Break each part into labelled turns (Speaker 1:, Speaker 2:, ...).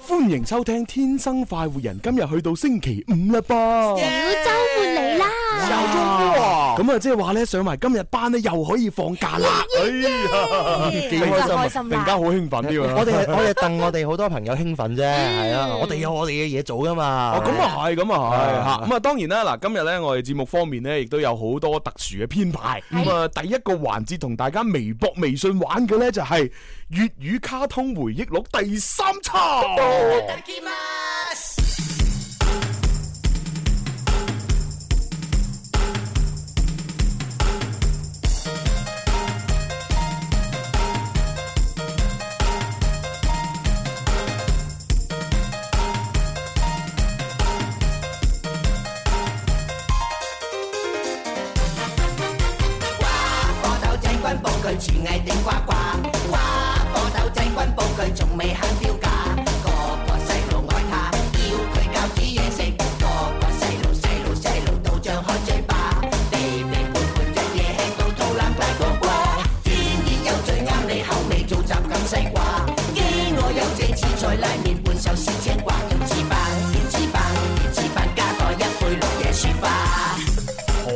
Speaker 1: 歡迎收聽《天生快活人》，今日去到星期五啦噃，
Speaker 2: 小周末嚟啦，
Speaker 1: 哇咁啊，即係話咧，上埋今日班咧，又可以放假啦，哎呀，
Speaker 3: 幾開心啊
Speaker 1: 突然間好興奮啊啲喎，
Speaker 3: 我哋我哋戥我哋好多朋友興奮啫，係啊，我哋有我哋嘅嘢做噶嘛。
Speaker 1: 哦，咁啊係，咁啊係吓，咁啊當然啦，嗱，今日咧我哋節目方面咧，亦都有好多特殊嘅編排。咁啊，第一個環節同大家微博、微信玩嘅咧就係粵語卡通回憶錄第三輯。
Speaker 4: 瓜豆仔君報佢廚藝頂呱呱，瓜個豆仔君報佢仲未肯標價，個個細路愛他，要佢教煮嘢食，個個細路細路細路到張開嘴巴，地地盤盤一嘢吃到肚腩大個瓜，專業有最啱你口味做雜錦西瓜，飢餓有隻紫菜拉麵半壽司青瓜，要翅膀要翅膀要翅膀加多一杯綠椰樹花。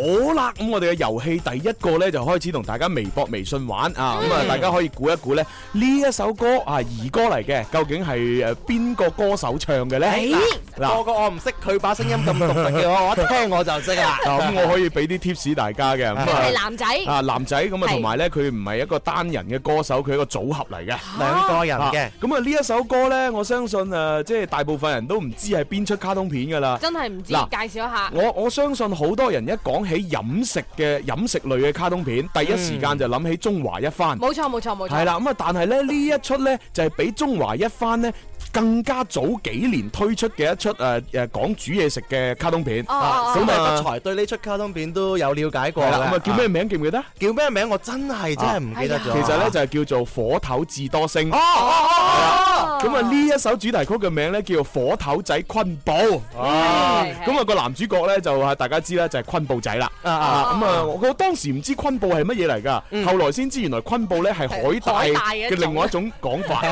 Speaker 1: 好啦，咁我哋嘅遊戲第一個咧就開始同大家微博、微信玩啊，咁啊大家可以估一估咧呢一首歌啊兒歌嚟嘅，究竟係誒邊個歌手唱嘅咧？嗱
Speaker 3: 個。個我唔識佢把聲音咁獨特嘅話，我一聽我就識啦。
Speaker 1: 嗱咁我可以俾啲 tips 大家嘅，咁
Speaker 2: 係
Speaker 1: 啊
Speaker 2: 男仔，
Speaker 1: 啊男仔咁啊，
Speaker 2: 係
Speaker 1: 同埋咧佢唔係一個單人嘅歌手，佢係一個組合嚟嘅。
Speaker 3: 兩個人嘅
Speaker 1: 啊，咁啊呢一首歌咧，我相信誒即係大部分人都唔知係邊出卡通片㗎啦。
Speaker 2: 真係唔知，介
Speaker 1: 嗱
Speaker 2: 紹一下。
Speaker 1: 我我相信好多人一講起飲食嘅飲食類嘅卡通片，第一時間就諗起《中華一番》。
Speaker 2: 嗯冇錯冇錯冇錯，
Speaker 1: 係啦，咁啊，但係咧呢一出呢，就係、比《中華一番》呢更加早幾年推出嘅一出誒誒講煮嘢食嘅卡通片。
Speaker 2: 哦哦
Speaker 3: 小
Speaker 2: 哦
Speaker 3: 弟
Speaker 1: 啊
Speaker 3: 不才對呢出卡通片都有了解過
Speaker 1: 係
Speaker 3: 嘅。
Speaker 1: 啦，咁啊叫咩名記唔記得？
Speaker 3: 叫咩名？我真係真係唔記得咗。
Speaker 1: 其實呢，就係、叫做《火頭智多星》。
Speaker 3: 啊哦哦哦，
Speaker 1: 咁啊呢一首主題曲嘅名呢，叫做《火頭仔昆布》。啊
Speaker 2: 係係
Speaker 1: 咁啊個男主角呢，就係大家知啦，就係昆布仔啦。
Speaker 3: 啊啊
Speaker 1: 啊咁啊！我當時唔知昆布係乜嘢嚟㗎，後來先知原來昆布咧係海
Speaker 2: 海
Speaker 1: 帶
Speaker 2: 帶嘅一
Speaker 1: 嘅
Speaker 2: 種
Speaker 1: 另外一種講法。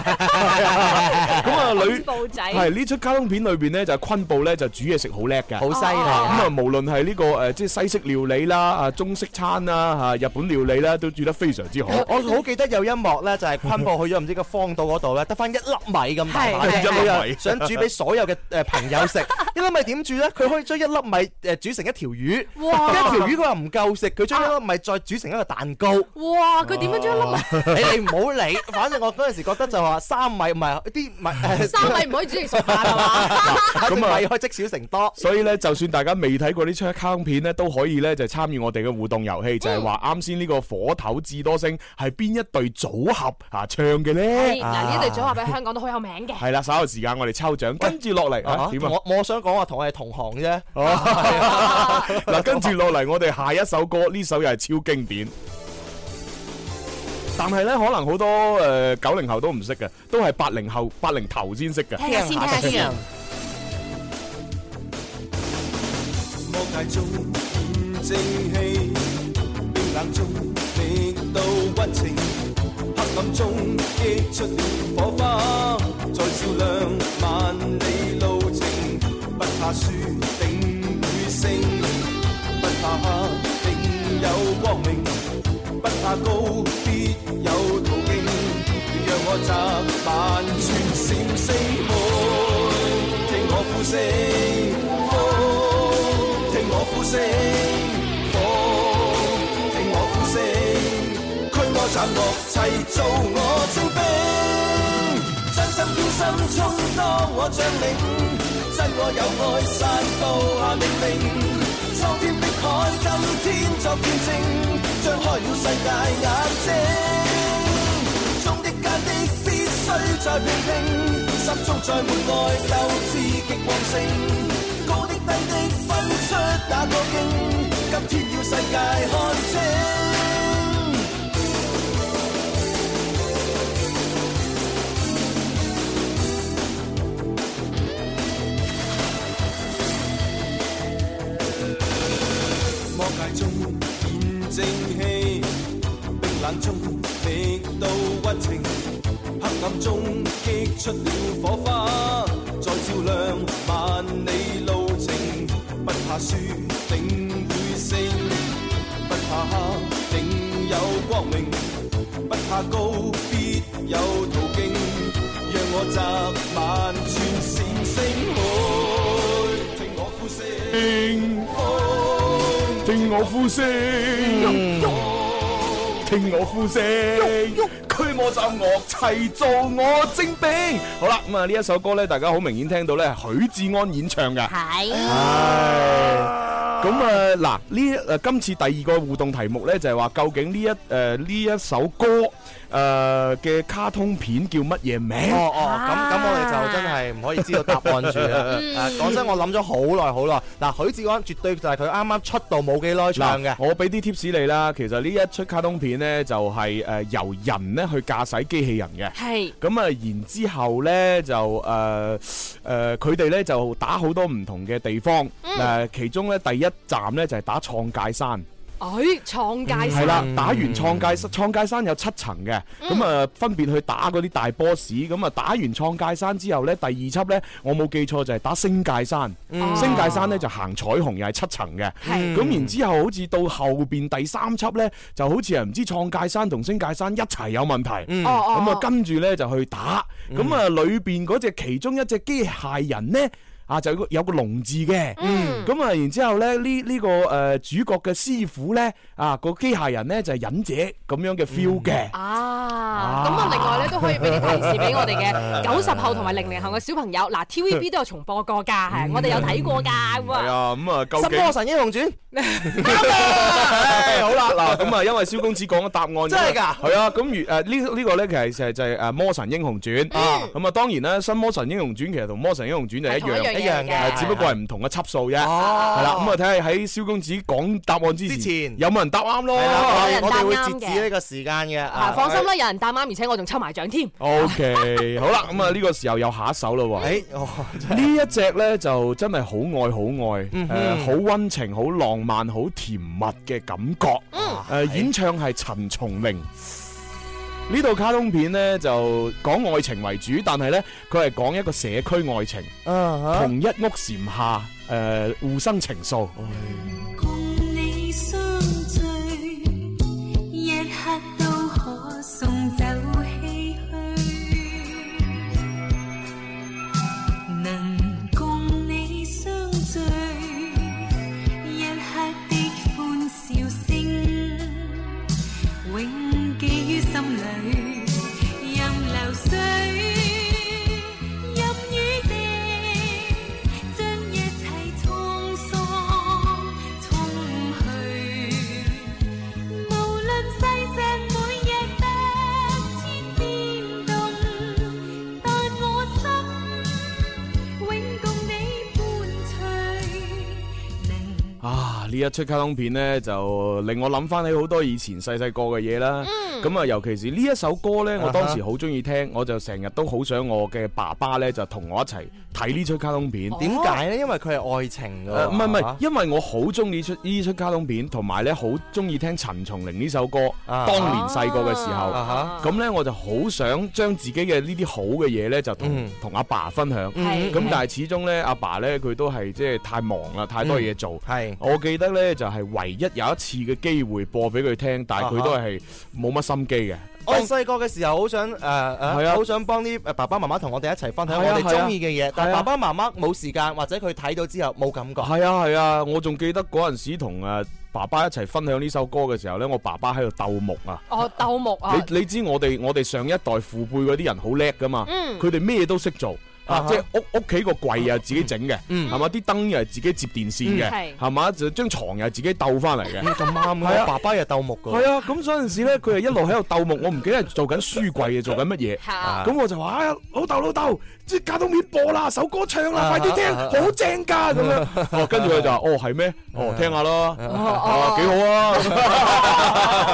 Speaker 1: 咁啊，
Speaker 2: 昆
Speaker 1: 女
Speaker 2: 布仔
Speaker 1: 係呢出卡通片裏邊咧，就係昆布咧就煮嘢食好叻㗎。
Speaker 3: 好犀
Speaker 1: 咁
Speaker 3: 利！
Speaker 1: 啊，無論係呢個誒即係西式料理啦、啊中式餐啦、嚇日本料理啦，都煮得非常之好。
Speaker 3: 我好記得有一幕咧，就係昆布去咗唔知個荒島嗰度咧，得翻一粒米咁大把，
Speaker 2: 係係
Speaker 3: 佢
Speaker 1: 一粒米
Speaker 3: 又想煮俾所有嘅誒朋友食。一粒米點煮咧？佢可以將一粒米誒煮成一條魚，
Speaker 2: 哇
Speaker 3: 一條魚佢話唔夠食，佢將一粒米再煮成一個蛋糕。
Speaker 2: 哇！佢點樣將
Speaker 1: 哦
Speaker 2: 粒米
Speaker 3: 你哋唔好理，反正我嗰陣時覺得就話三米唔係啲米，
Speaker 2: 三 米唔可以煮嚟食飯 係嘛？
Speaker 3: 咁啊米可以積少成多。
Speaker 1: 所以咧，就算大家未睇過呢出卡通片咧，都可以咧就參與我哋嘅互動遊戲，就係話啱先呢個火頭智多星係邊一對組合啊唱嘅咧？
Speaker 2: 嗱呢對組合喺香港都好有名嘅。
Speaker 1: 啊係啦，稍後時間我哋抽獎，跟住落嚟啊
Speaker 3: 啊
Speaker 1: 點啊？
Speaker 3: 我我想講話同我哋同行啫。
Speaker 1: 嗱，跟住落嚟，我哋下一首歌，呢首又係超經典。但係咧，可能好多誒九零後都唔識嘅，都係八零後、八零頭先識嘅。
Speaker 2: 聽下先，聽下先。
Speaker 5: 莫大眾唔正氣，冰冷中覓到溫情，黑暗中激出了火花，再照亮萬里路程，不怕輸定會勝，不怕黑定有光明，不怕高必有途徑，讓我集萬全閃星去，聽我呼聲。聽我呼聲，火，聽我呼聲，驅魔斬惡，齊做我精兵。真心堅心充當我將領，真我有愛散佈下命令。蒼天碧海，今天作見證，張開了世界眼睛。忠的奸的必須再拼拼，心中在門外鬥志極旺盛。高的低的分出那個勁，今天要世界看清。魔界中現正氣，冰冷中覓到溫情，黑暗中激出了火花，怕輸定會勝，不怕黑定有光明，不怕高必有途徑，讓我集萬全善星去，聽我呼聲。
Speaker 1: 聽我呼聲，聽我呼聲，驅我奏樂，齊做我精兵。好啦，咁啊呢一首歌咧，大家好明顯聽到咧，
Speaker 3: 啊
Speaker 1: 許志安演唱嘅。
Speaker 2: 係
Speaker 1: 咁啊嗱，呢誒今次第二個互動題目咧，就係話究竟呢一誒呢一首歌誒嘅卡通片叫乜嘢名？
Speaker 3: 哦哦，咁咁我哋就真係唔可以知道答案住 啦。啊，講真，我諗咗好耐好耐。嗱，許志安絕對就係佢啱啱出道冇幾耐唱嘅
Speaker 1: 嗱，。我俾啲 tips 你啦。其實呢一出卡通片咧，就係誒由人咧去駕駛機器人嘅。
Speaker 2: 係
Speaker 1: 咁啊，然之後咧就誒誒，呃佢哋咧就打好多唔同嘅地方。誒、呃其中咧第一站咧就係、打創界山，
Speaker 2: 哎，創界
Speaker 1: 嗯係啦嗯
Speaker 2: 山，
Speaker 1: 打完創界山，創界山有七層嘅，咁啊分別去打嗰啲大 boss。咁啊打完創界山之後咧，第二輯咧我冇記錯就係打星界山，
Speaker 2: 哦
Speaker 1: 星界山咧就行彩虹又係七層嘅。
Speaker 2: 係
Speaker 1: 咁然之後，好似到後邊第三輯呢，就好似係唔知創界山同星界山一齊有問題，
Speaker 2: 哦哦
Speaker 1: 咁啊
Speaker 2: 哦
Speaker 1: 跟住呢就去打，咁啊裏邊嗰只其中一隻機械人呢。啊，就有個有個龍字嘅，咁啊，然之後咧，呢呢個誒主角嘅師傅咧，啊個機械人咧就係忍者咁樣嘅 feel 嘅，
Speaker 2: 嗯啊，咁啊，另外咧都可以俾啲提示俾我哋嘅九十後同埋零零後嘅小朋友，嗱 TVB 都有重播過㗎，係
Speaker 1: 嗯
Speaker 2: 我哋有睇過㗎咁
Speaker 1: 係
Speaker 2: 啊，
Speaker 1: 啊，咁啊，究
Speaker 3: 《
Speaker 1: 竟
Speaker 3: 神 魔神英雄傳》
Speaker 1: 哎唉好啦，嗱咁啊，因為蕭公子講嘅答案咁啊
Speaker 3: 真係㗎
Speaker 1: 係啊，咁如誒呢呢個咧，其實就係就係誒《魔神英雄傳》啊，咁啊當然啦，《新魔神英雄傳》其實同《魔神英雄傳》就
Speaker 2: 係同
Speaker 1: 啊一
Speaker 2: 一
Speaker 1: 樣，
Speaker 2: 樣
Speaker 3: 一樣
Speaker 2: 嘢
Speaker 3: 嘅
Speaker 1: 係只
Speaker 2: 嘅，
Speaker 1: 不
Speaker 2: 啊
Speaker 1: 過係唔同嘅輯數啫。
Speaker 3: 哦
Speaker 1: 係啦，咁啊睇下喺蕭公子講答案之
Speaker 3: 之前
Speaker 1: 有冇人答啱咯
Speaker 3: 係啦，啊我
Speaker 2: 有人
Speaker 3: 哋我哋
Speaker 2: 答
Speaker 3: 會
Speaker 2: 啱
Speaker 3: 截
Speaker 2: 嘅
Speaker 3: 止呢個時間嘅。啊
Speaker 2: 啊放心啦，有人答啱，而且我仲抽埋獎添，
Speaker 1: 哦 ？OK，好啦，咁啊呢個時候有下一首咯喎。
Speaker 3: 誒，哦
Speaker 1: 呢一隻咧就真係好愛好愛，誒
Speaker 3: 嗯哼
Speaker 1: 好溫情、好浪漫、好甜蜜嘅感覺。
Speaker 3: 嗯
Speaker 1: 誒演唱係陳松伶。呢套卡通片呢，就講愛情為主，但係呢，佢係講一個社區愛情，
Speaker 3: 啊
Speaker 1: 同一屋檐下誒互生情愫。
Speaker 6: 共你相聚，一刻都可送走唏噓。能共你相聚，一刻的歡笑聲，永記於心裏。任流水，任雨滴。將一切滄桑沖去，無論世上每日百千變動，但我心永共你伴隨。
Speaker 1: 啊！呢一出卡通片呢，就令我諗翻起好多以前細細個嘅嘢啦。咁啊、尤其是呢一首歌
Speaker 3: 啊
Speaker 1: 呢，我當時好中意聽，我就成日都好想我嘅爸爸呢，就同我一齊睇呢出卡通片。
Speaker 3: 點解咧？因為佢係愛情
Speaker 1: 誒
Speaker 3: 㗎。
Speaker 1: 唔係唔係
Speaker 3: 哦啊，
Speaker 1: 因為我好中意出呢出卡通片，同埋咧好中意聽陳松伶呢首歌。
Speaker 3: 啊
Speaker 1: 當年細個嘅時
Speaker 2: 哦
Speaker 1: 候，
Speaker 3: 啊
Speaker 1: 咁咧我就好想將自己嘅呢啲好嘅嘢咧，就同
Speaker 3: 嗯
Speaker 1: 同阿爸分享。
Speaker 2: 係
Speaker 1: 嗯咁但係始終咧，阿爸咧佢都係即係太忙啦，太多嘢做。
Speaker 3: 哈，係
Speaker 1: 我記得咧就係唯一有一次嘅機會播俾佢聽，
Speaker 2: 啊
Speaker 1: 但係佢都係冇乜心機嘅。
Speaker 3: 我哋細個嘅時候好想誒
Speaker 1: 係
Speaker 3: 誒，
Speaker 1: 啊
Speaker 3: 好想幫啲爸爸媽媽同我哋一齊分享
Speaker 1: 係啊
Speaker 3: 我哋
Speaker 1: 係啊
Speaker 3: 中意嘅嘢，但
Speaker 1: 係啊
Speaker 3: 係爸爸媽媽冇時間，或者佢睇到之後冇感覺。
Speaker 1: 係啊係啊，我仲記得嗰陣時同誒爸爸一齊分享呢首歌嘅時候咧，我爸爸喺度鬥木啊。
Speaker 2: 哦，鬥木啊，
Speaker 1: 你你知我哋我哋上一代父輩嗰啲人好叻噶嘛，
Speaker 2: 嗯
Speaker 1: 佢哋咩都識做。
Speaker 3: 啊
Speaker 1: 啊！
Speaker 3: 哈
Speaker 1: 即係屋屋企個櫃又係自己整嘅，係嘛？啲燈又係自己接電線
Speaker 2: 嗯
Speaker 1: 嘅，
Speaker 2: 係嗯
Speaker 1: 係嘛？就張床又係自己鬥翻嚟嘅。
Speaker 3: 咁啱
Speaker 1: 係啊
Speaker 3: 嘅，爸爸又鬥木㗎。
Speaker 1: 係啊，咁嗰陣時咧，佢係一路喺度鬥木，我唔記得係做緊書櫃嘅，做緊乜嘢。
Speaker 2: 嚇
Speaker 3: 啊
Speaker 1: 咁我就話：哎呀，老豆老豆，即係卡通片播啦，首歌唱啦，
Speaker 3: 啊
Speaker 1: 快啲聽，
Speaker 3: 啊啊
Speaker 1: 好正㗎咁樣。哦，跟住 佢就話：哦，係咩？哦，聽下啦，
Speaker 3: 哦
Speaker 1: 啊，幾好啊！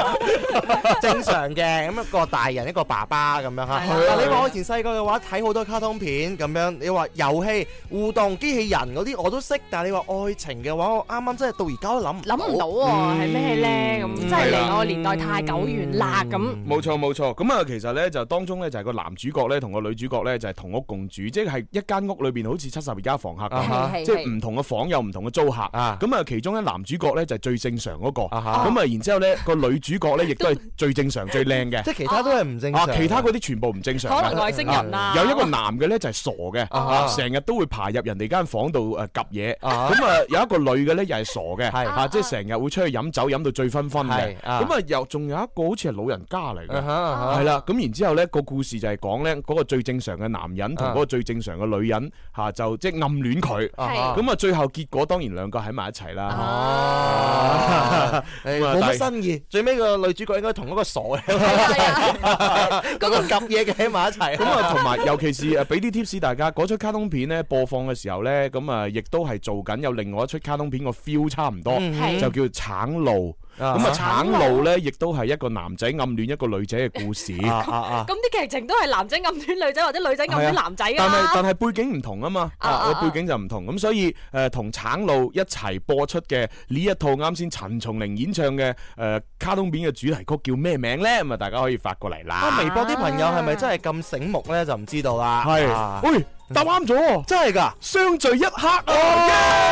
Speaker 3: 正常嘅，咁一個大人一個爸爸咁樣嚇。
Speaker 1: 係啊
Speaker 3: 但你話我以前細個嘅話，睇好多卡通片咁樣，你話遊戲互動機器人嗰啲我都識，但係你話愛情嘅話，我啱啱真係到而家都諗
Speaker 2: 諗唔到喎，係咩咧？咁真係離我個年代太久遠啦，咁
Speaker 1: 冇錯冇錯，咁啊，其實咧就當中咧就係個男主角咧同個女主角咧就係同屋共同住，即係一間屋裏邊好似七十二家房客
Speaker 3: 啊
Speaker 1: 咁，
Speaker 3: 哈
Speaker 2: 係
Speaker 1: 即
Speaker 2: 係
Speaker 1: 係唔同嘅房有唔同嘅租客。
Speaker 3: 啊
Speaker 1: 咁啊，其中咧男主角咧就係最正常嗰個，
Speaker 3: 啊哈
Speaker 1: 咁啊，然之後咧個女主角咧亦都係最正常、最靚嘅。
Speaker 3: 即係其他都係唔正
Speaker 1: 啊
Speaker 3: 常，，
Speaker 1: 其他嗰啲全部唔正常
Speaker 2: 可
Speaker 1: 㗎。
Speaker 2: 能外星人啊，
Speaker 1: 有一個男嘅咧就係傻嘅，
Speaker 3: 啊
Speaker 1: 啊成日都會爬入人哋間房度誒夾嘢。
Speaker 3: 啊
Speaker 1: 咁啊有一個女嘅咧又係傻嘅，
Speaker 3: 係
Speaker 1: 啊即係成日會出去飲酒飲到醉醺醺嘅。
Speaker 3: 係啊
Speaker 1: 咁啊又仲有一個好似係老人家嚟
Speaker 3: 啊
Speaker 1: 嘅。
Speaker 3: 哈啊哈
Speaker 1: 係啦，咁然之後咧個故事就係講咧嗰個最正常嘅男人同嗰個最正常嘅女人嚇就即係暗戀佢。
Speaker 3: 啊哈
Speaker 2: 係
Speaker 1: 咁啊最後結果當然兩個喺埋一齊 啦。
Speaker 3: 哦啊誒
Speaker 1: 咁啊但
Speaker 3: 冇乜
Speaker 1: 係
Speaker 3: 新意，最尾個女主角應該同嗰個傻嘅， 嗰個夾嘢嘅喺埋一齊。
Speaker 1: 咁啊，同埋尤其是誒，俾啲 tips 大家，嗰出卡通片咧播放嘅時候咧，咁啊，亦都係做緊有另外一出卡通片個 feel 差唔多，
Speaker 3: 嗯
Speaker 2: 係
Speaker 1: 就叫橙路。
Speaker 3: 啊
Speaker 1: 咁啊，橙路咧，亦都係一個男仔暗戀一個女仔嘅故事。
Speaker 3: 啊啊啊！
Speaker 2: 咁啲劇情都係男仔暗戀女仔或者女仔暗戀男仔㗎
Speaker 1: 但係
Speaker 2: 啦。
Speaker 1: 但係背景唔同啊嘛，
Speaker 2: 哎啊
Speaker 1: 啊
Speaker 2: 啊
Speaker 1: 個背景就唔同，咁所以誒同橙路一齊播出嘅呢一套啱先陳松伶演唱嘅誒卡通片嘅主題曲叫咩名咧？咁啊，大家可以發過嚟
Speaker 3: 啊，
Speaker 1: 啦。
Speaker 3: 微博啲朋友係咪真係咁醒目咧？就唔知道啦。啊
Speaker 1: 係，喂，答啱咗喎。
Speaker 3: 真係
Speaker 2: 啊
Speaker 3: 㗎。
Speaker 1: 相聚一刻啊！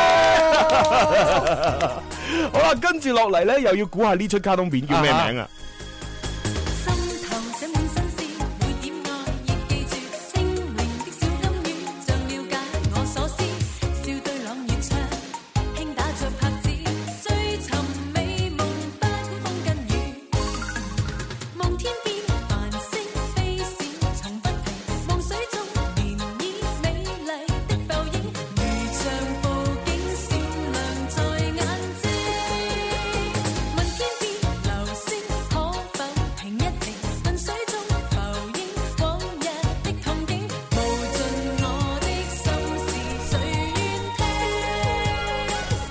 Speaker 1: 好啦，跟住落嚟咧，又要估下呢出卡通片叫咩名啊？
Speaker 6: 心頭寫滿新鮮，每點愛亦記住。清明的小金魚，像了解我所思。笑對朗月唱，輕打着拍子，追尋美夢，不管風跟雨。望天邊繁星飛閃，從不停；望水中漣漪，美麗的浮影，如像布景閃亮在眼睛。問天邊流星可否停一停？問水中浮影，往日的憧憬，無盡我的心事，誰願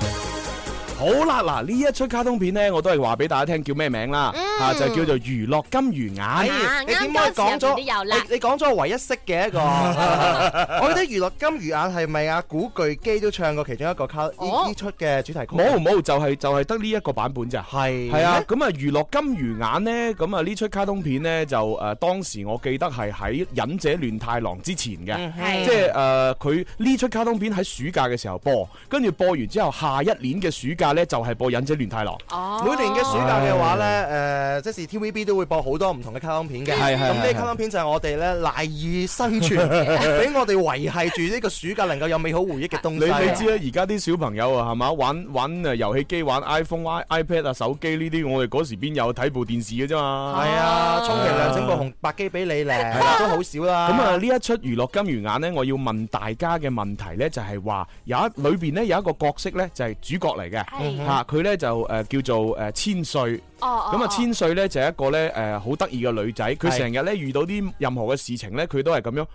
Speaker 6: 聽？
Speaker 1: 好啦，嗱呢一出卡通片咧，我都係話俾大家聽叫咩名啦，吓就叫做《娛樂金魚眼》。
Speaker 2: 啊
Speaker 3: 哎你點
Speaker 2: 啱
Speaker 3: 解
Speaker 2: 歌
Speaker 3: 講
Speaker 2: 詞入邊都
Speaker 3: 咗？
Speaker 2: 有
Speaker 3: 你
Speaker 2: 啦
Speaker 3: 你講咗我唯一識嘅 一個，我覺得娛樂金魚眼係咪啊？古巨基都唱過其中一個卡呢
Speaker 2: 哦
Speaker 3: 呢出嘅主題曲。
Speaker 1: 冇冇，就係就係得呢一個版本咋。
Speaker 3: 係
Speaker 1: 係啊，咁啊娛樂金魚眼呢，咁啊呢出卡通片呢，就誒、呃、當時我記得係喺《忍者亂太郎》之前嘅。
Speaker 2: 係
Speaker 1: 即係誒，佢呢出卡通片喺暑假嘅時候播，跟住播完之後，下一年嘅暑假呢，就係、播《忍者亂太郎》。
Speaker 2: 哦
Speaker 3: 每年嘅暑假嘅話咧，誒，即是 TVB 都會播好多唔同嘅卡通片嘅。
Speaker 1: 係係
Speaker 3: 咁呢
Speaker 1: 係
Speaker 3: 啲卡通片就係我哋咧賴以生 存，俾我哋維係住呢個暑假能夠有美好回憶嘅東
Speaker 1: 你
Speaker 3: 西。
Speaker 1: 你知啦，而家啲小朋友啊，係嘛玩玩誒遊戲機、玩 iPhone、i iPad 啊、手機呢啲，我哋嗰時邊有睇部電視嘅啫嘛。
Speaker 3: 係啊，充其量整部紅白機俾你咧，都好少啦。
Speaker 1: 咁啊，呢一出娛樂金魚眼呢，我要問大家嘅問題呢，就係話有一裏邊呢有一個角色呢，就係主角嚟嘅
Speaker 2: 係
Speaker 3: 嗯
Speaker 1: 嚇，佢呢就誒叫做誒千歲。
Speaker 2: 哦
Speaker 1: 咁啊，
Speaker 2: 千
Speaker 1: 千歲咧就係一個咧誒好得意嘅女仔，
Speaker 3: 係
Speaker 1: 佢成日咧遇到啲任何嘅事情咧，佢都係咁樣哦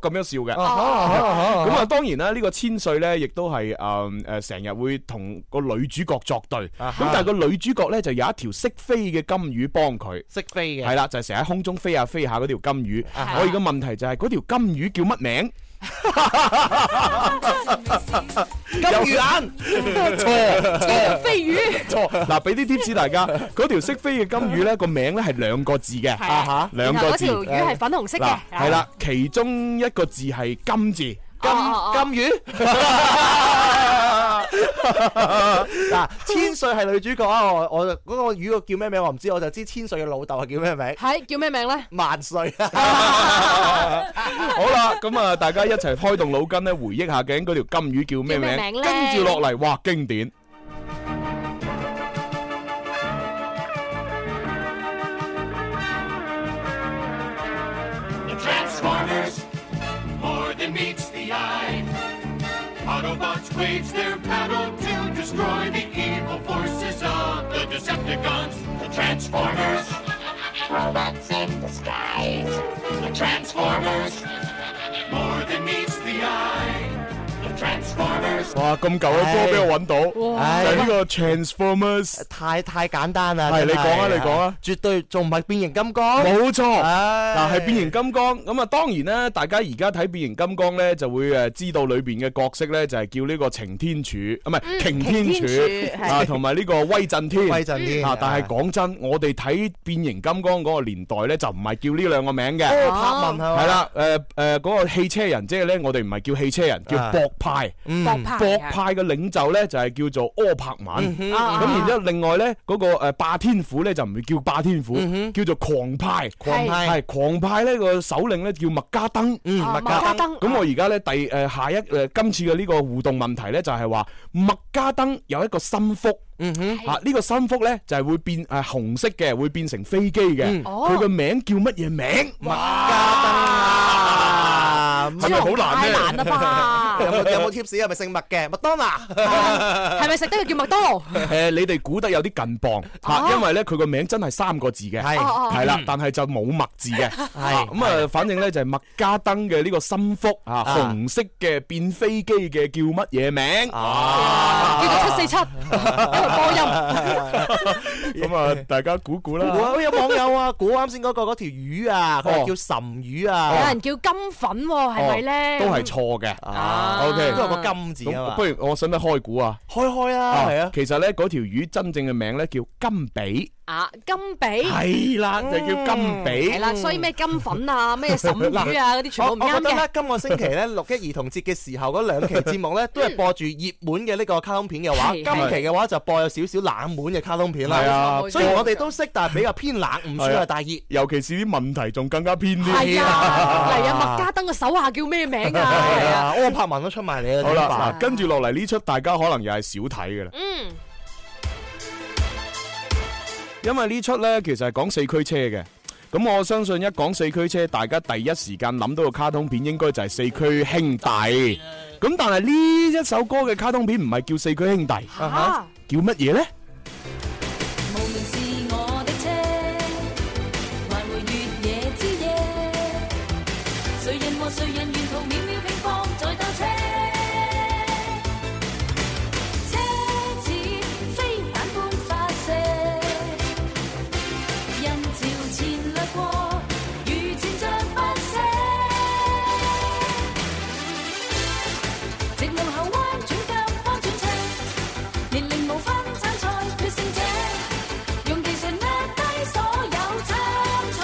Speaker 1: 咁樣笑嘅。
Speaker 3: 哦
Speaker 1: 咁啊，當然啦，呢個千歲咧，亦都係誒誒成日會同個女主角作對。
Speaker 3: 啊
Speaker 1: 咁
Speaker 3: 哈
Speaker 1: 但係個女主角咧就有一條識飛嘅金魚幫佢，
Speaker 3: 識飛嘅
Speaker 1: 係啦，就係成日喺空中飛下飛下嗰條金魚。
Speaker 3: 啊
Speaker 2: 哈
Speaker 1: 我而家問題就係嗰條金魚叫乜名？
Speaker 3: 金魚眼，錯
Speaker 2: 條飛魚，
Speaker 1: 錯，嗱，俾啲 tips 大 家，嗰條識飛嘅金魚咧個名咧係兩個字嘅，
Speaker 2: 係啊
Speaker 1: 哈兩
Speaker 2: 然後
Speaker 1: 個
Speaker 2: 嗰條
Speaker 1: 字。
Speaker 2: 魚係粉紅色
Speaker 1: 嗱
Speaker 2: 嘅，，
Speaker 1: 係啦，其中一個字係金字。
Speaker 2: 哦，哦哦
Speaker 3: 金魚。嗱，千歲係女主角啊！我我嗰個魚個叫咩名我唔知，我就知千歲嘅老豆係叫咩名，啊
Speaker 2: 係叫咩名咧？
Speaker 3: 萬歲
Speaker 1: 啊 好啦，咁啊，大家一齊開動腦筋咧，回憶下究竟嗰條金魚叫咩
Speaker 2: 叫咩
Speaker 1: 名？
Speaker 2: 名呢
Speaker 1: 跟住落嚟，哇，經典！
Speaker 7: The Transformers, more than meets the eye. Autobots wage their battle to destroy the evil forces of the Decepticons. The Transformers, robots in disguise. The Transformers, more than meets the eye. The Transformers.
Speaker 1: 哇，咁舊嘅歌俾我揾到，
Speaker 3: 唉
Speaker 1: 就係呢個 Transformers，
Speaker 3: 太太簡單啦。
Speaker 1: 係
Speaker 3: 真係
Speaker 1: 你講啊你講啊，
Speaker 3: 絕對仲唔係變形金剛？
Speaker 1: 冇錯。
Speaker 3: 唉
Speaker 1: 嗱，係變形金剛咁啊！當然啦，大家而家睇變形金剛啊咧，就會誒知道裏邊嘅角色咧，就係叫呢個擎天柱，
Speaker 3: 嗯
Speaker 1: 啊唔係擎天
Speaker 2: 擎天 柱
Speaker 1: 柱
Speaker 2: 係
Speaker 1: 啊，同埋呢個威震天。
Speaker 3: 威震天
Speaker 1: 啊！但係講真，我哋睇變形金剛嗰個年代咧，就唔係叫呢兩個名嘅。
Speaker 3: 柏哦文係嘛？
Speaker 1: 係，啦，誒誒嗰個汽車人，即係咧，我哋唔係叫汽車人，叫
Speaker 3: 啊
Speaker 1: 博派。
Speaker 2: 嗯博派嗯
Speaker 1: 博派嘅領袖咧就係叫做柯柏文，咁然之後另外咧嗰個誒霸天虎咧就唔叫霸天虎，叫做狂派，
Speaker 2: 嗯狂
Speaker 3: 派
Speaker 1: 係狂派咧個首領咧叫麥加登。
Speaker 3: 嗯，
Speaker 2: 啊
Speaker 3: 麥
Speaker 2: 麥加
Speaker 3: 加
Speaker 2: 登
Speaker 1: 咁我而家咧第誒下一誒今次嘅呢個互動問題咧就係話麥加登有一個心腹。
Speaker 3: 嗯哼，
Speaker 1: 啊！呢個心腹咧就係會變誒紅呃色嘅，會變成飛機嘅。
Speaker 2: 哦
Speaker 1: 佢個名叫乜嘢名？
Speaker 3: 加登啊！
Speaker 1: 係咪好難
Speaker 2: 太
Speaker 1: 咧？
Speaker 2: 難 啦吧？
Speaker 3: 有冇有冇 tips 係咪姓麥嘅？麥當娜。
Speaker 2: 係咪食得佢叫麥當
Speaker 1: 誒，
Speaker 2: 勞？
Speaker 1: 呃你哋估得有啲近磅
Speaker 2: 哦
Speaker 1: 嚇，因為咧佢個名真係三個字嘅。
Speaker 3: 係
Speaker 2: 哦哦
Speaker 1: 系啦，但係就冇墨字嘅，啊咁啊，反正咧就係麥加登嘅呢個心腹啊，
Speaker 3: 啊
Speaker 1: 紅色嘅變飛機嘅叫乜嘢名？
Speaker 3: 啊
Speaker 2: 叫做 七四七，一路波音。
Speaker 1: 咁啊，大家估估啦。
Speaker 3: 我有網友啊，估啱先嗰個嗰條魚啊，佢
Speaker 1: 哦
Speaker 3: 係叫岑魚
Speaker 2: 有
Speaker 3: 啊，
Speaker 2: 人叫金粉喎，係咪咧？
Speaker 1: 都係錯嘅。
Speaker 3: 啊
Speaker 1: OK
Speaker 3: 都有個金字啊
Speaker 1: 咁
Speaker 3: 嘛，
Speaker 1: 不如我使唔使開估啊？
Speaker 3: 開開啊，係啊，
Speaker 1: 其實咧嗰條魚真正嘅名咧叫金比，
Speaker 2: 啊，金比。
Speaker 1: 係啦，就叫金
Speaker 2: 係
Speaker 1: 比。
Speaker 2: 啦，所以咩金粉 啊、咩沈魚啊嗰啲全
Speaker 3: 我
Speaker 2: 部唔
Speaker 3: 哦我覺
Speaker 2: 啱
Speaker 3: 得
Speaker 2: 嘅。
Speaker 3: 咧，今個星期 咧六一兒童節嘅時候嗰兩期節目咧，都係播住熱門嘅呢個卡通片嘅話，
Speaker 2: 係
Speaker 3: 今期嘅話就播有少少冷門嘅卡通片
Speaker 1: 係
Speaker 3: 啦。
Speaker 1: 啊
Speaker 2: 冇錯冇錯
Speaker 3: 雖然我哋都識，但係比較偏冷，唔算係大啊熱。
Speaker 1: 尤其是啲問題仲更加偏啲。
Speaker 2: 係啊，
Speaker 3: 啊
Speaker 2: 嚟啊，麥加登個手下叫咩名啊？係
Speaker 3: 係
Speaker 2: 啊，
Speaker 3: 啊，柯柏文都出埋嚟啦。
Speaker 1: 好
Speaker 3: 點辦
Speaker 1: 啦，嗱，跟住落嚟呢出，大家可能又係少睇嘅啦。
Speaker 2: 嗯，
Speaker 1: 因為呢出呢，其實係講四驅車嘅。咁我相信一講四驅車，大家第一時間諗到嘅卡通片應該就係《四驅兄弟》。咁但係呢一首歌嘅卡通片唔係叫《四驅兄弟》，
Speaker 2: 嚇，
Speaker 1: 叫乜嘢呢？
Speaker 6: 無論是我的車，還回越野之夜，誰人和誰人沿途秒秒乒乓在鬥車。車子飛彈般發射，人潮前掠過，如箭像不捨。直路後彎轉急彎轉斜。年齡無分參賽決勝者，用技術壓低所有參賽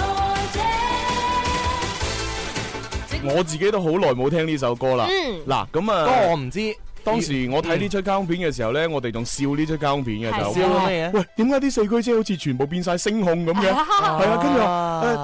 Speaker 6: 者。
Speaker 1: 我自己都好耐冇聽呢首歌啦。
Speaker 2: 嗯
Speaker 1: 嗱，咁
Speaker 3: 不過
Speaker 1: 啊，
Speaker 3: 哦我唔知
Speaker 1: 當時我睇呢出卡通片嘅時候呢，我哋仲笑呢出卡通片嘅
Speaker 2: 係
Speaker 1: 就
Speaker 2: 笑
Speaker 3: 笑咩嘢。
Speaker 1: 喂，點解啲四驅車好似全部變晒聲控咁嘅？
Speaker 2: 啊
Speaker 1: 係啊，跟住話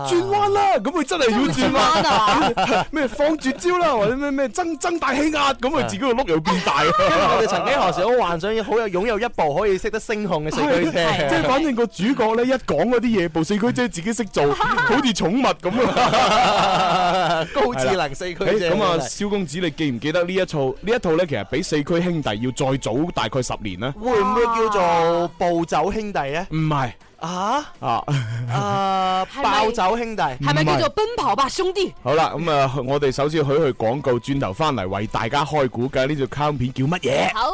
Speaker 1: 誒轉彎啦，咁佢真係要轉彎啊！咩放絕招啦，或者咩咩增增大氣壓，咁佢自己個碌又變大。
Speaker 3: 因為我哋曾經何時都幻想要好有擁有一部可以識得聲控嘅四驅
Speaker 1: 即係
Speaker 3: 車，
Speaker 1: 反正個主角咧一講嗰啲嘢，部四驅車自己識做，好似寵物咁 啊！
Speaker 3: 高智能四驅
Speaker 1: 誒
Speaker 3: 車。
Speaker 1: 咁啊，蕭公子，你記唔記得呢一套？呢一套咧，其實比四驅兄弟要再早大概十年呢？
Speaker 3: 會唔會叫做暴走兄弟咧？
Speaker 1: 唔係
Speaker 3: 啊
Speaker 1: 啊，
Speaker 3: 啊！
Speaker 2: 係咪
Speaker 3: 暴走兄弟，
Speaker 2: 係咪叫
Speaker 1: 唔
Speaker 2: 做
Speaker 1: 係
Speaker 2: 奔跑吧兄弟？
Speaker 1: 好啦，咁啊，我哋首先去一去廣告，轉頭翻嚟為大家開估計呢條卡通片叫乜嘢？
Speaker 3: 啊
Speaker 2: 好，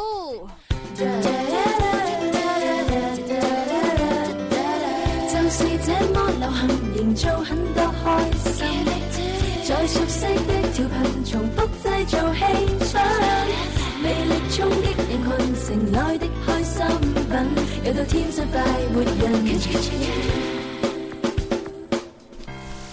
Speaker 6: 就是這麼流行，營造很多開心。在熟悉的調頻，重複製造氣氛，魅力衝擊人群，城內的開心品，有到天生快活人。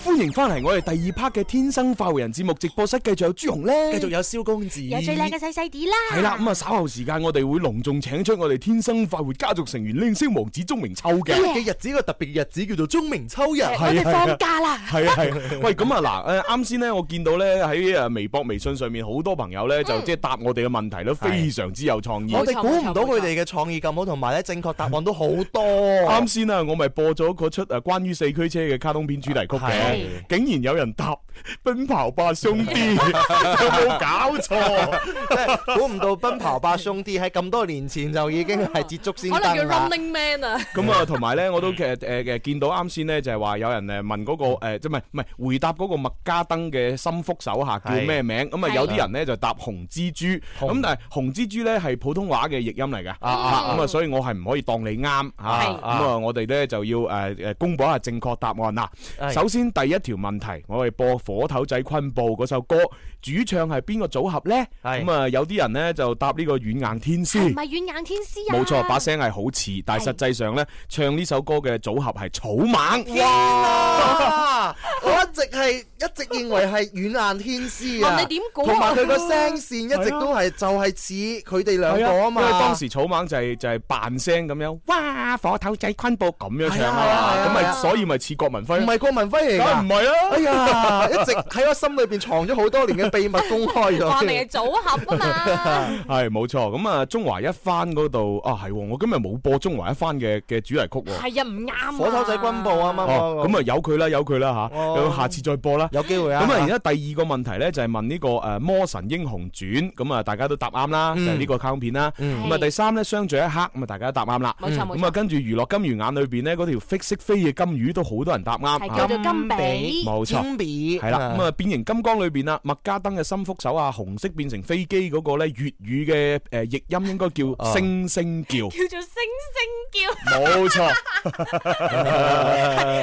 Speaker 1: 歡迎翻嚟我哋第二 part 嘅《天生快活人》節目直播室，繼續有朱紅咧，
Speaker 3: 繼續有蕭公子，
Speaker 2: 有最靚嘅細細啲
Speaker 1: 係
Speaker 2: 啦
Speaker 1: 啦，。咁啊稍後時間我哋會隆重請出我哋天生快活家族成員靚星王子鐘明秋嘅。
Speaker 3: 今日嘅日子個特別日子叫做鐘明秋日，
Speaker 2: 我哋放假啦，
Speaker 1: 係啊係啊，喂咁啊嗱，誒啱先咧，我見到咧喺誒微博、微信上面好多朋友咧就
Speaker 3: 嗯
Speaker 1: 即係答我哋嘅問題都非常之有創意。
Speaker 3: 我哋
Speaker 2: 啊
Speaker 3: 估唔到佢哋嘅創意咁好，同埋咧正確答案都好多。
Speaker 1: 啊啱先啊，我咪播咗嗰出誒關於四驅車嘅卡通片主題曲嘅
Speaker 2: 係，
Speaker 1: 竟然有人答奔跑吧兄弟，有冇搞 錯？
Speaker 3: 估唔到奔跑吧兄弟喺咁多年前就已經係捷足先
Speaker 2: 可能叫
Speaker 3: 登啦。
Speaker 2: Running Man 啊，
Speaker 1: 咁啊，同埋咧，我都其實誒誒見到啱先咧，就係話有人誒問嗰個誒，即係唔係唔係回答嗰個麥加登嘅心腹手下叫咩名？咁啊，
Speaker 2: 係
Speaker 1: 有啲人咧就答紅蜘蛛，
Speaker 3: 紅
Speaker 1: 咁但係紅蜘蛛咧係普通話嘅譯音嚟嘅，
Speaker 3: 啊啊
Speaker 1: 咁啊，所以我係唔可以當你啱嚇。
Speaker 2: 係
Speaker 1: 咁啊，我哋咧就要誒誒公佈一下正確答案嗱。
Speaker 3: 係
Speaker 1: 首先第一條問題，我哋播《火頭仔昆布》嗰首歌，主唱係邊個組合咧？
Speaker 3: 係
Speaker 1: 咁啊，有啲人咧就答呢個軟硬天
Speaker 2: 唔
Speaker 1: 師。
Speaker 2: 係軟硬天
Speaker 3: 哎
Speaker 2: 師啊，
Speaker 1: 冇錯，把聲係好似，但係實際上咧，唱呢首歌嘅組合係草蜢。
Speaker 3: 哇！ 我一直係一直認為係軟硬天師啊，
Speaker 2: 問你點估啊
Speaker 3: 同埋佢個聲線一直都係就係似佢哋兩個啊嘛。
Speaker 1: 因為當時草蜢就係就係扮聲咁樣，哇！火頭仔昆布咁樣唱
Speaker 3: 係啊
Speaker 1: 啊
Speaker 3: 係啊
Speaker 1: 嘛，咁
Speaker 3: 係
Speaker 1: 咪
Speaker 3: 啊
Speaker 1: 所以咪似郭文輝
Speaker 3: 唔
Speaker 1: 咯，
Speaker 3: 係啊郭文輝
Speaker 1: 梗係
Speaker 3: 嚟
Speaker 1: 啊
Speaker 3: 㗎
Speaker 1: 唔。係
Speaker 3: 哎
Speaker 1: 啦。
Speaker 3: 呀，一直喺我心裏邊藏咗好多年嘅秘密公開
Speaker 2: 話明係
Speaker 3: 咗。
Speaker 2: 組合啊嘛，
Speaker 1: 係冇錯，咁啊，中華一番嗰度啊，係喎我今日冇播中華一番嘅嘅主題曲喎。
Speaker 2: 係啊，唔啱啊
Speaker 3: 火頭仔軍部啊，啱
Speaker 1: 哦，咁
Speaker 3: 啊，
Speaker 1: 啊由佢啦，由佢啦吓，
Speaker 3: 哦
Speaker 1: 咁下次再播啦。
Speaker 3: 有機會啊。
Speaker 1: 咁啊，而家第二個問題咧就係問呢個誒《魔神英雄傳》，咁啊大家都答啱啦，就
Speaker 3: 嗯
Speaker 1: 係呢個卡通片啦。
Speaker 3: 嗯
Speaker 1: 咁啊第三咧相聚一刻，咁啊大家都答啱啦。
Speaker 2: 冇錯冇
Speaker 1: 咁啊
Speaker 2: 錯，
Speaker 1: 跟住娛樂金魚眼裏邊咧嗰條啡色飛嘅金魚都好多人答啱。
Speaker 2: 係
Speaker 1: 啊
Speaker 2: 叫做金比，
Speaker 1: 冇錯。
Speaker 3: 尖比
Speaker 1: 係啦，咁啊變形金剛裏邊啦，麥加登嘅心腹手啊，紅色變成飛機嗰個咧，粵語嘅誒譯音應該叫
Speaker 3: 啊
Speaker 1: 星星叫，
Speaker 2: 叫做星星叫。
Speaker 1: 冇錯。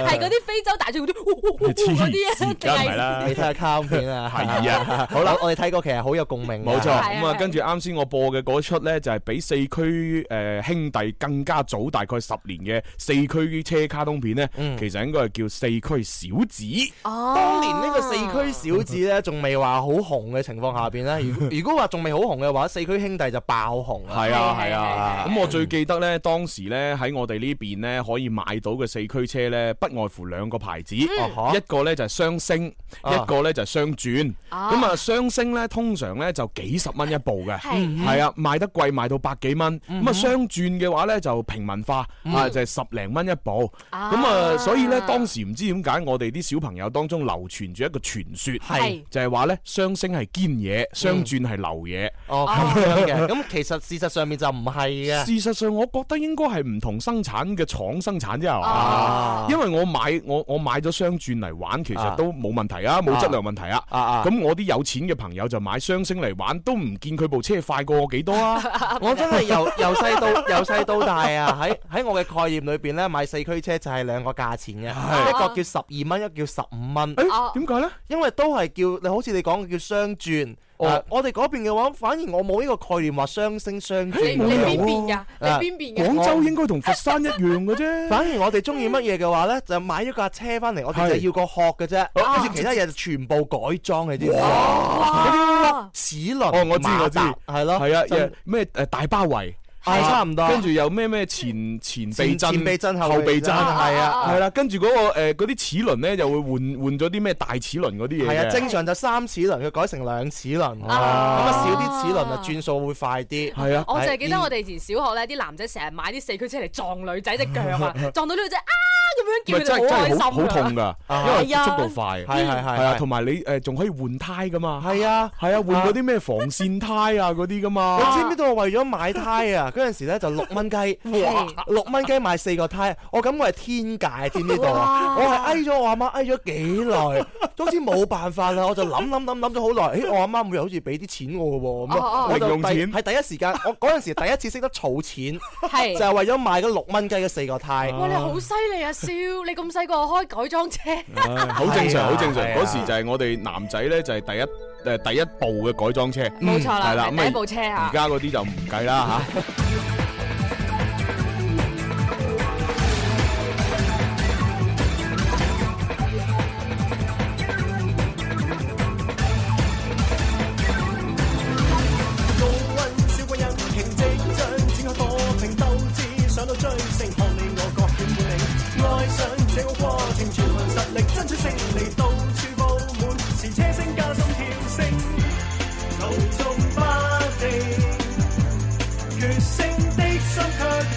Speaker 2: 係嗰啲非洲大眾嗰啲呼呼呼呼嗰啲啊，定
Speaker 1: 梗係啦
Speaker 3: 你睇下卡通片 啊，
Speaker 1: 係啊，
Speaker 3: 好啦，我哋睇過其實好有共鳴㗎。
Speaker 1: 冇錯，
Speaker 2: 係啊
Speaker 1: 咁啊
Speaker 2: 係
Speaker 1: 跟住啱先我播嘅嗰出呢，就係比四驅誒兄弟更加早大概十年嘅四驅車卡通片呢，
Speaker 3: 嗯
Speaker 1: 其實應該係叫四驅小子，
Speaker 2: 哦
Speaker 3: 當年呢個四驅小子咧，仲未話好紅嘅情況下邊咧，如如果話仲未好紅嘅話，四驅兄弟就爆紅啦。
Speaker 1: 係啊
Speaker 2: 係
Speaker 1: 係啊，
Speaker 2: 係係
Speaker 1: 咁我最記得呢，當時呢，喺我哋呢邊呢，可以買到嘅四驅車呢，不外乎兩個牌子，
Speaker 2: 嗯
Speaker 3: 哦
Speaker 1: 一個呢就係雙星，
Speaker 3: 啊
Speaker 1: 一個呢就係雙轉，
Speaker 2: 啊
Speaker 1: 咁啊雙星呢，通常呢就幾十蚊一部嘅。
Speaker 3: 嗯
Speaker 2: 係
Speaker 1: 係啊，賣得貴賣到百幾蚊，咁啊相轉嘅話呢，就平民化啊，就係十零蚊一部，
Speaker 2: 啊
Speaker 1: 咁啊所以呢，當時唔知點解我哋啲小朋友當中流傳住一個傳說，
Speaker 2: 係嗯
Speaker 1: 就係話呢，雙星係堅嘢，雙轉係流嘢。
Speaker 3: 哦，咁樣嘅，咁其實事實上面就唔係嘅。
Speaker 1: 事實上，我覺得應該係唔同生產嘅廠生產之後
Speaker 2: 啊
Speaker 1: 因為我買我我買咗雙轉嚟玩，其實
Speaker 3: 啊
Speaker 1: 都冇問題啊，冇質量問題啊。
Speaker 3: 啊啊！
Speaker 1: 咁我啲有錢嘅朋友就買雙星嚟玩，都唔見佢部車快過我幾多啊！
Speaker 3: 我真係由由細到由細到大啊！喺喺我嘅概念裏邊咧，買四驅車就係兩個價錢嘅，一個叫十二蚊，一個叫十五蚊。
Speaker 1: 誒
Speaker 2: 哦
Speaker 1: 點解呢？
Speaker 3: 因為都係叫你好似你講嘅叫雙轉。
Speaker 1: 哦
Speaker 3: 啊我哋嗰邊嘅話，反而我冇呢個概念話雙升雙
Speaker 2: 你
Speaker 3: 轉。
Speaker 2: 你邊
Speaker 1: 邊
Speaker 2: 邊噶？
Speaker 3: 啊
Speaker 2: 你邊邊噶？
Speaker 1: 廣州應該同佛山一樣嘅啫。
Speaker 3: 反而我哋中意乜嘢嘅話咧，就買咗架車翻嚟，我哋
Speaker 1: 係
Speaker 3: 就要個殼嘅啫，跟住其他嘢就全部改裝，你知唔知？
Speaker 2: 哇！
Speaker 3: 齒輪
Speaker 1: 哦，我知我知，
Speaker 3: 係咯，
Speaker 1: 係啊，
Speaker 3: 真
Speaker 1: 誒咩誒大包圍，啊
Speaker 3: 係差唔多。
Speaker 1: 跟住又咩咩前前避震、
Speaker 3: 前避震後
Speaker 1: 後避
Speaker 3: 避
Speaker 1: 震，
Speaker 3: 震
Speaker 1: 係
Speaker 3: 係
Speaker 1: 啊，
Speaker 3: 啊
Speaker 1: 係啦，跟住嗰個誒嗰啲齒輪咧，又會換換咗啲咩大齒輪嗰啲嘢
Speaker 3: 係啊，
Speaker 1: 嘅。
Speaker 3: 正常就三齒輪，佢改成兩齒輪，咁
Speaker 2: 啊
Speaker 3: 啊少啲齒輪啊，轉數會快啲。
Speaker 1: 係啊，
Speaker 2: 我就係記得我哋以前小學咧，啲男仔成日買啲四驅車嚟撞女仔只腳 啊，撞到呢女仔啊咁
Speaker 1: 咪真
Speaker 2: 樣叫
Speaker 1: 係真
Speaker 2: 佢哋好開
Speaker 1: 係
Speaker 2: 心
Speaker 1: 好
Speaker 2: 啊
Speaker 1: 好痛㗎，因為
Speaker 2: 係啊
Speaker 1: 速度快。
Speaker 3: 係係係
Speaker 1: 係啊，同埋你誒仲可以換胎㗎嘛。
Speaker 3: 係啊。
Speaker 1: 係啊，換嗰啲咩防線胎啊嗰啲㗎
Speaker 2: 哦
Speaker 1: 嘛。
Speaker 3: 你知唔知道我為咗買胎啊？嗰陣時咧就六蚊雞，六蚊雞買四個胎，我感覺係天價，知唔知道啊？我係翳咗我阿媽翳咗幾耐，總之冇辦法啦，我就諗諗諗諗咗 好耐。誒，我阿媽每日好似俾啲錢我嘅喎，咁
Speaker 2: 哦哦
Speaker 3: 啊
Speaker 2: 哦
Speaker 3: 我就
Speaker 1: 零用錢
Speaker 3: 係第一時間，我嗰陣時第一次識得儲 錢，就
Speaker 2: 係。
Speaker 3: 係為咗買嗰六蚊雞嘅四個胎。
Speaker 2: 哇！你好犀利啊，少！你咁細個開改裝車，
Speaker 1: 唉好正
Speaker 3: 係
Speaker 1: 常，
Speaker 3: 啊
Speaker 1: 好正常。
Speaker 3: 係啊
Speaker 1: 嗰時就係我哋男仔咧，就係第一誒第一部嘅改裝車。
Speaker 2: 冇錯
Speaker 1: 係
Speaker 2: 啦，
Speaker 1: 啦
Speaker 2: 係
Speaker 1: 咁啊
Speaker 2: 第一部車
Speaker 1: 而
Speaker 2: 啊，
Speaker 1: 家嗰啲就唔計啦嚇。
Speaker 5: 高温小鬼恩情即將展開多情鬥志，上到追星看你我各顯本領，愛上這個過程，全憑實力爭取勝利，到處佈滿是車聲加心跳聲，途中不定，決勝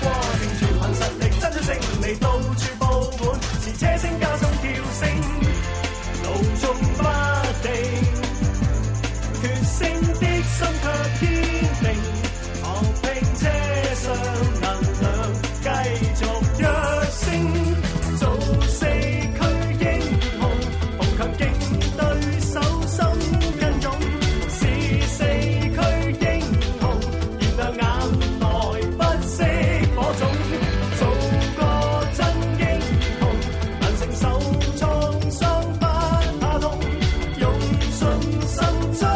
Speaker 5: 心追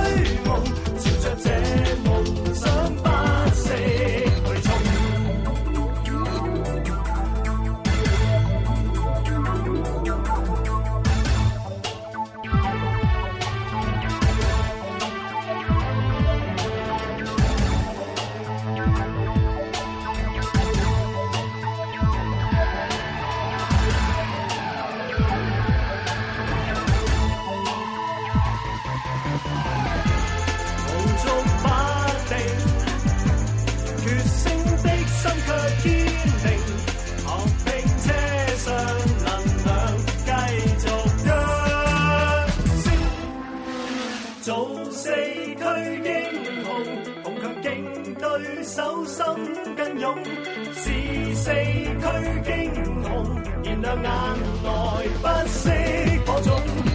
Speaker 5: 夢，朝着這夢想不死去衝。無足把定，決勝的心卻堅定，學拼車上能量繼續躍升，做四驅英雄，紅強勁對手心更勇，是四驅英雄，燃亮眼內不息火種。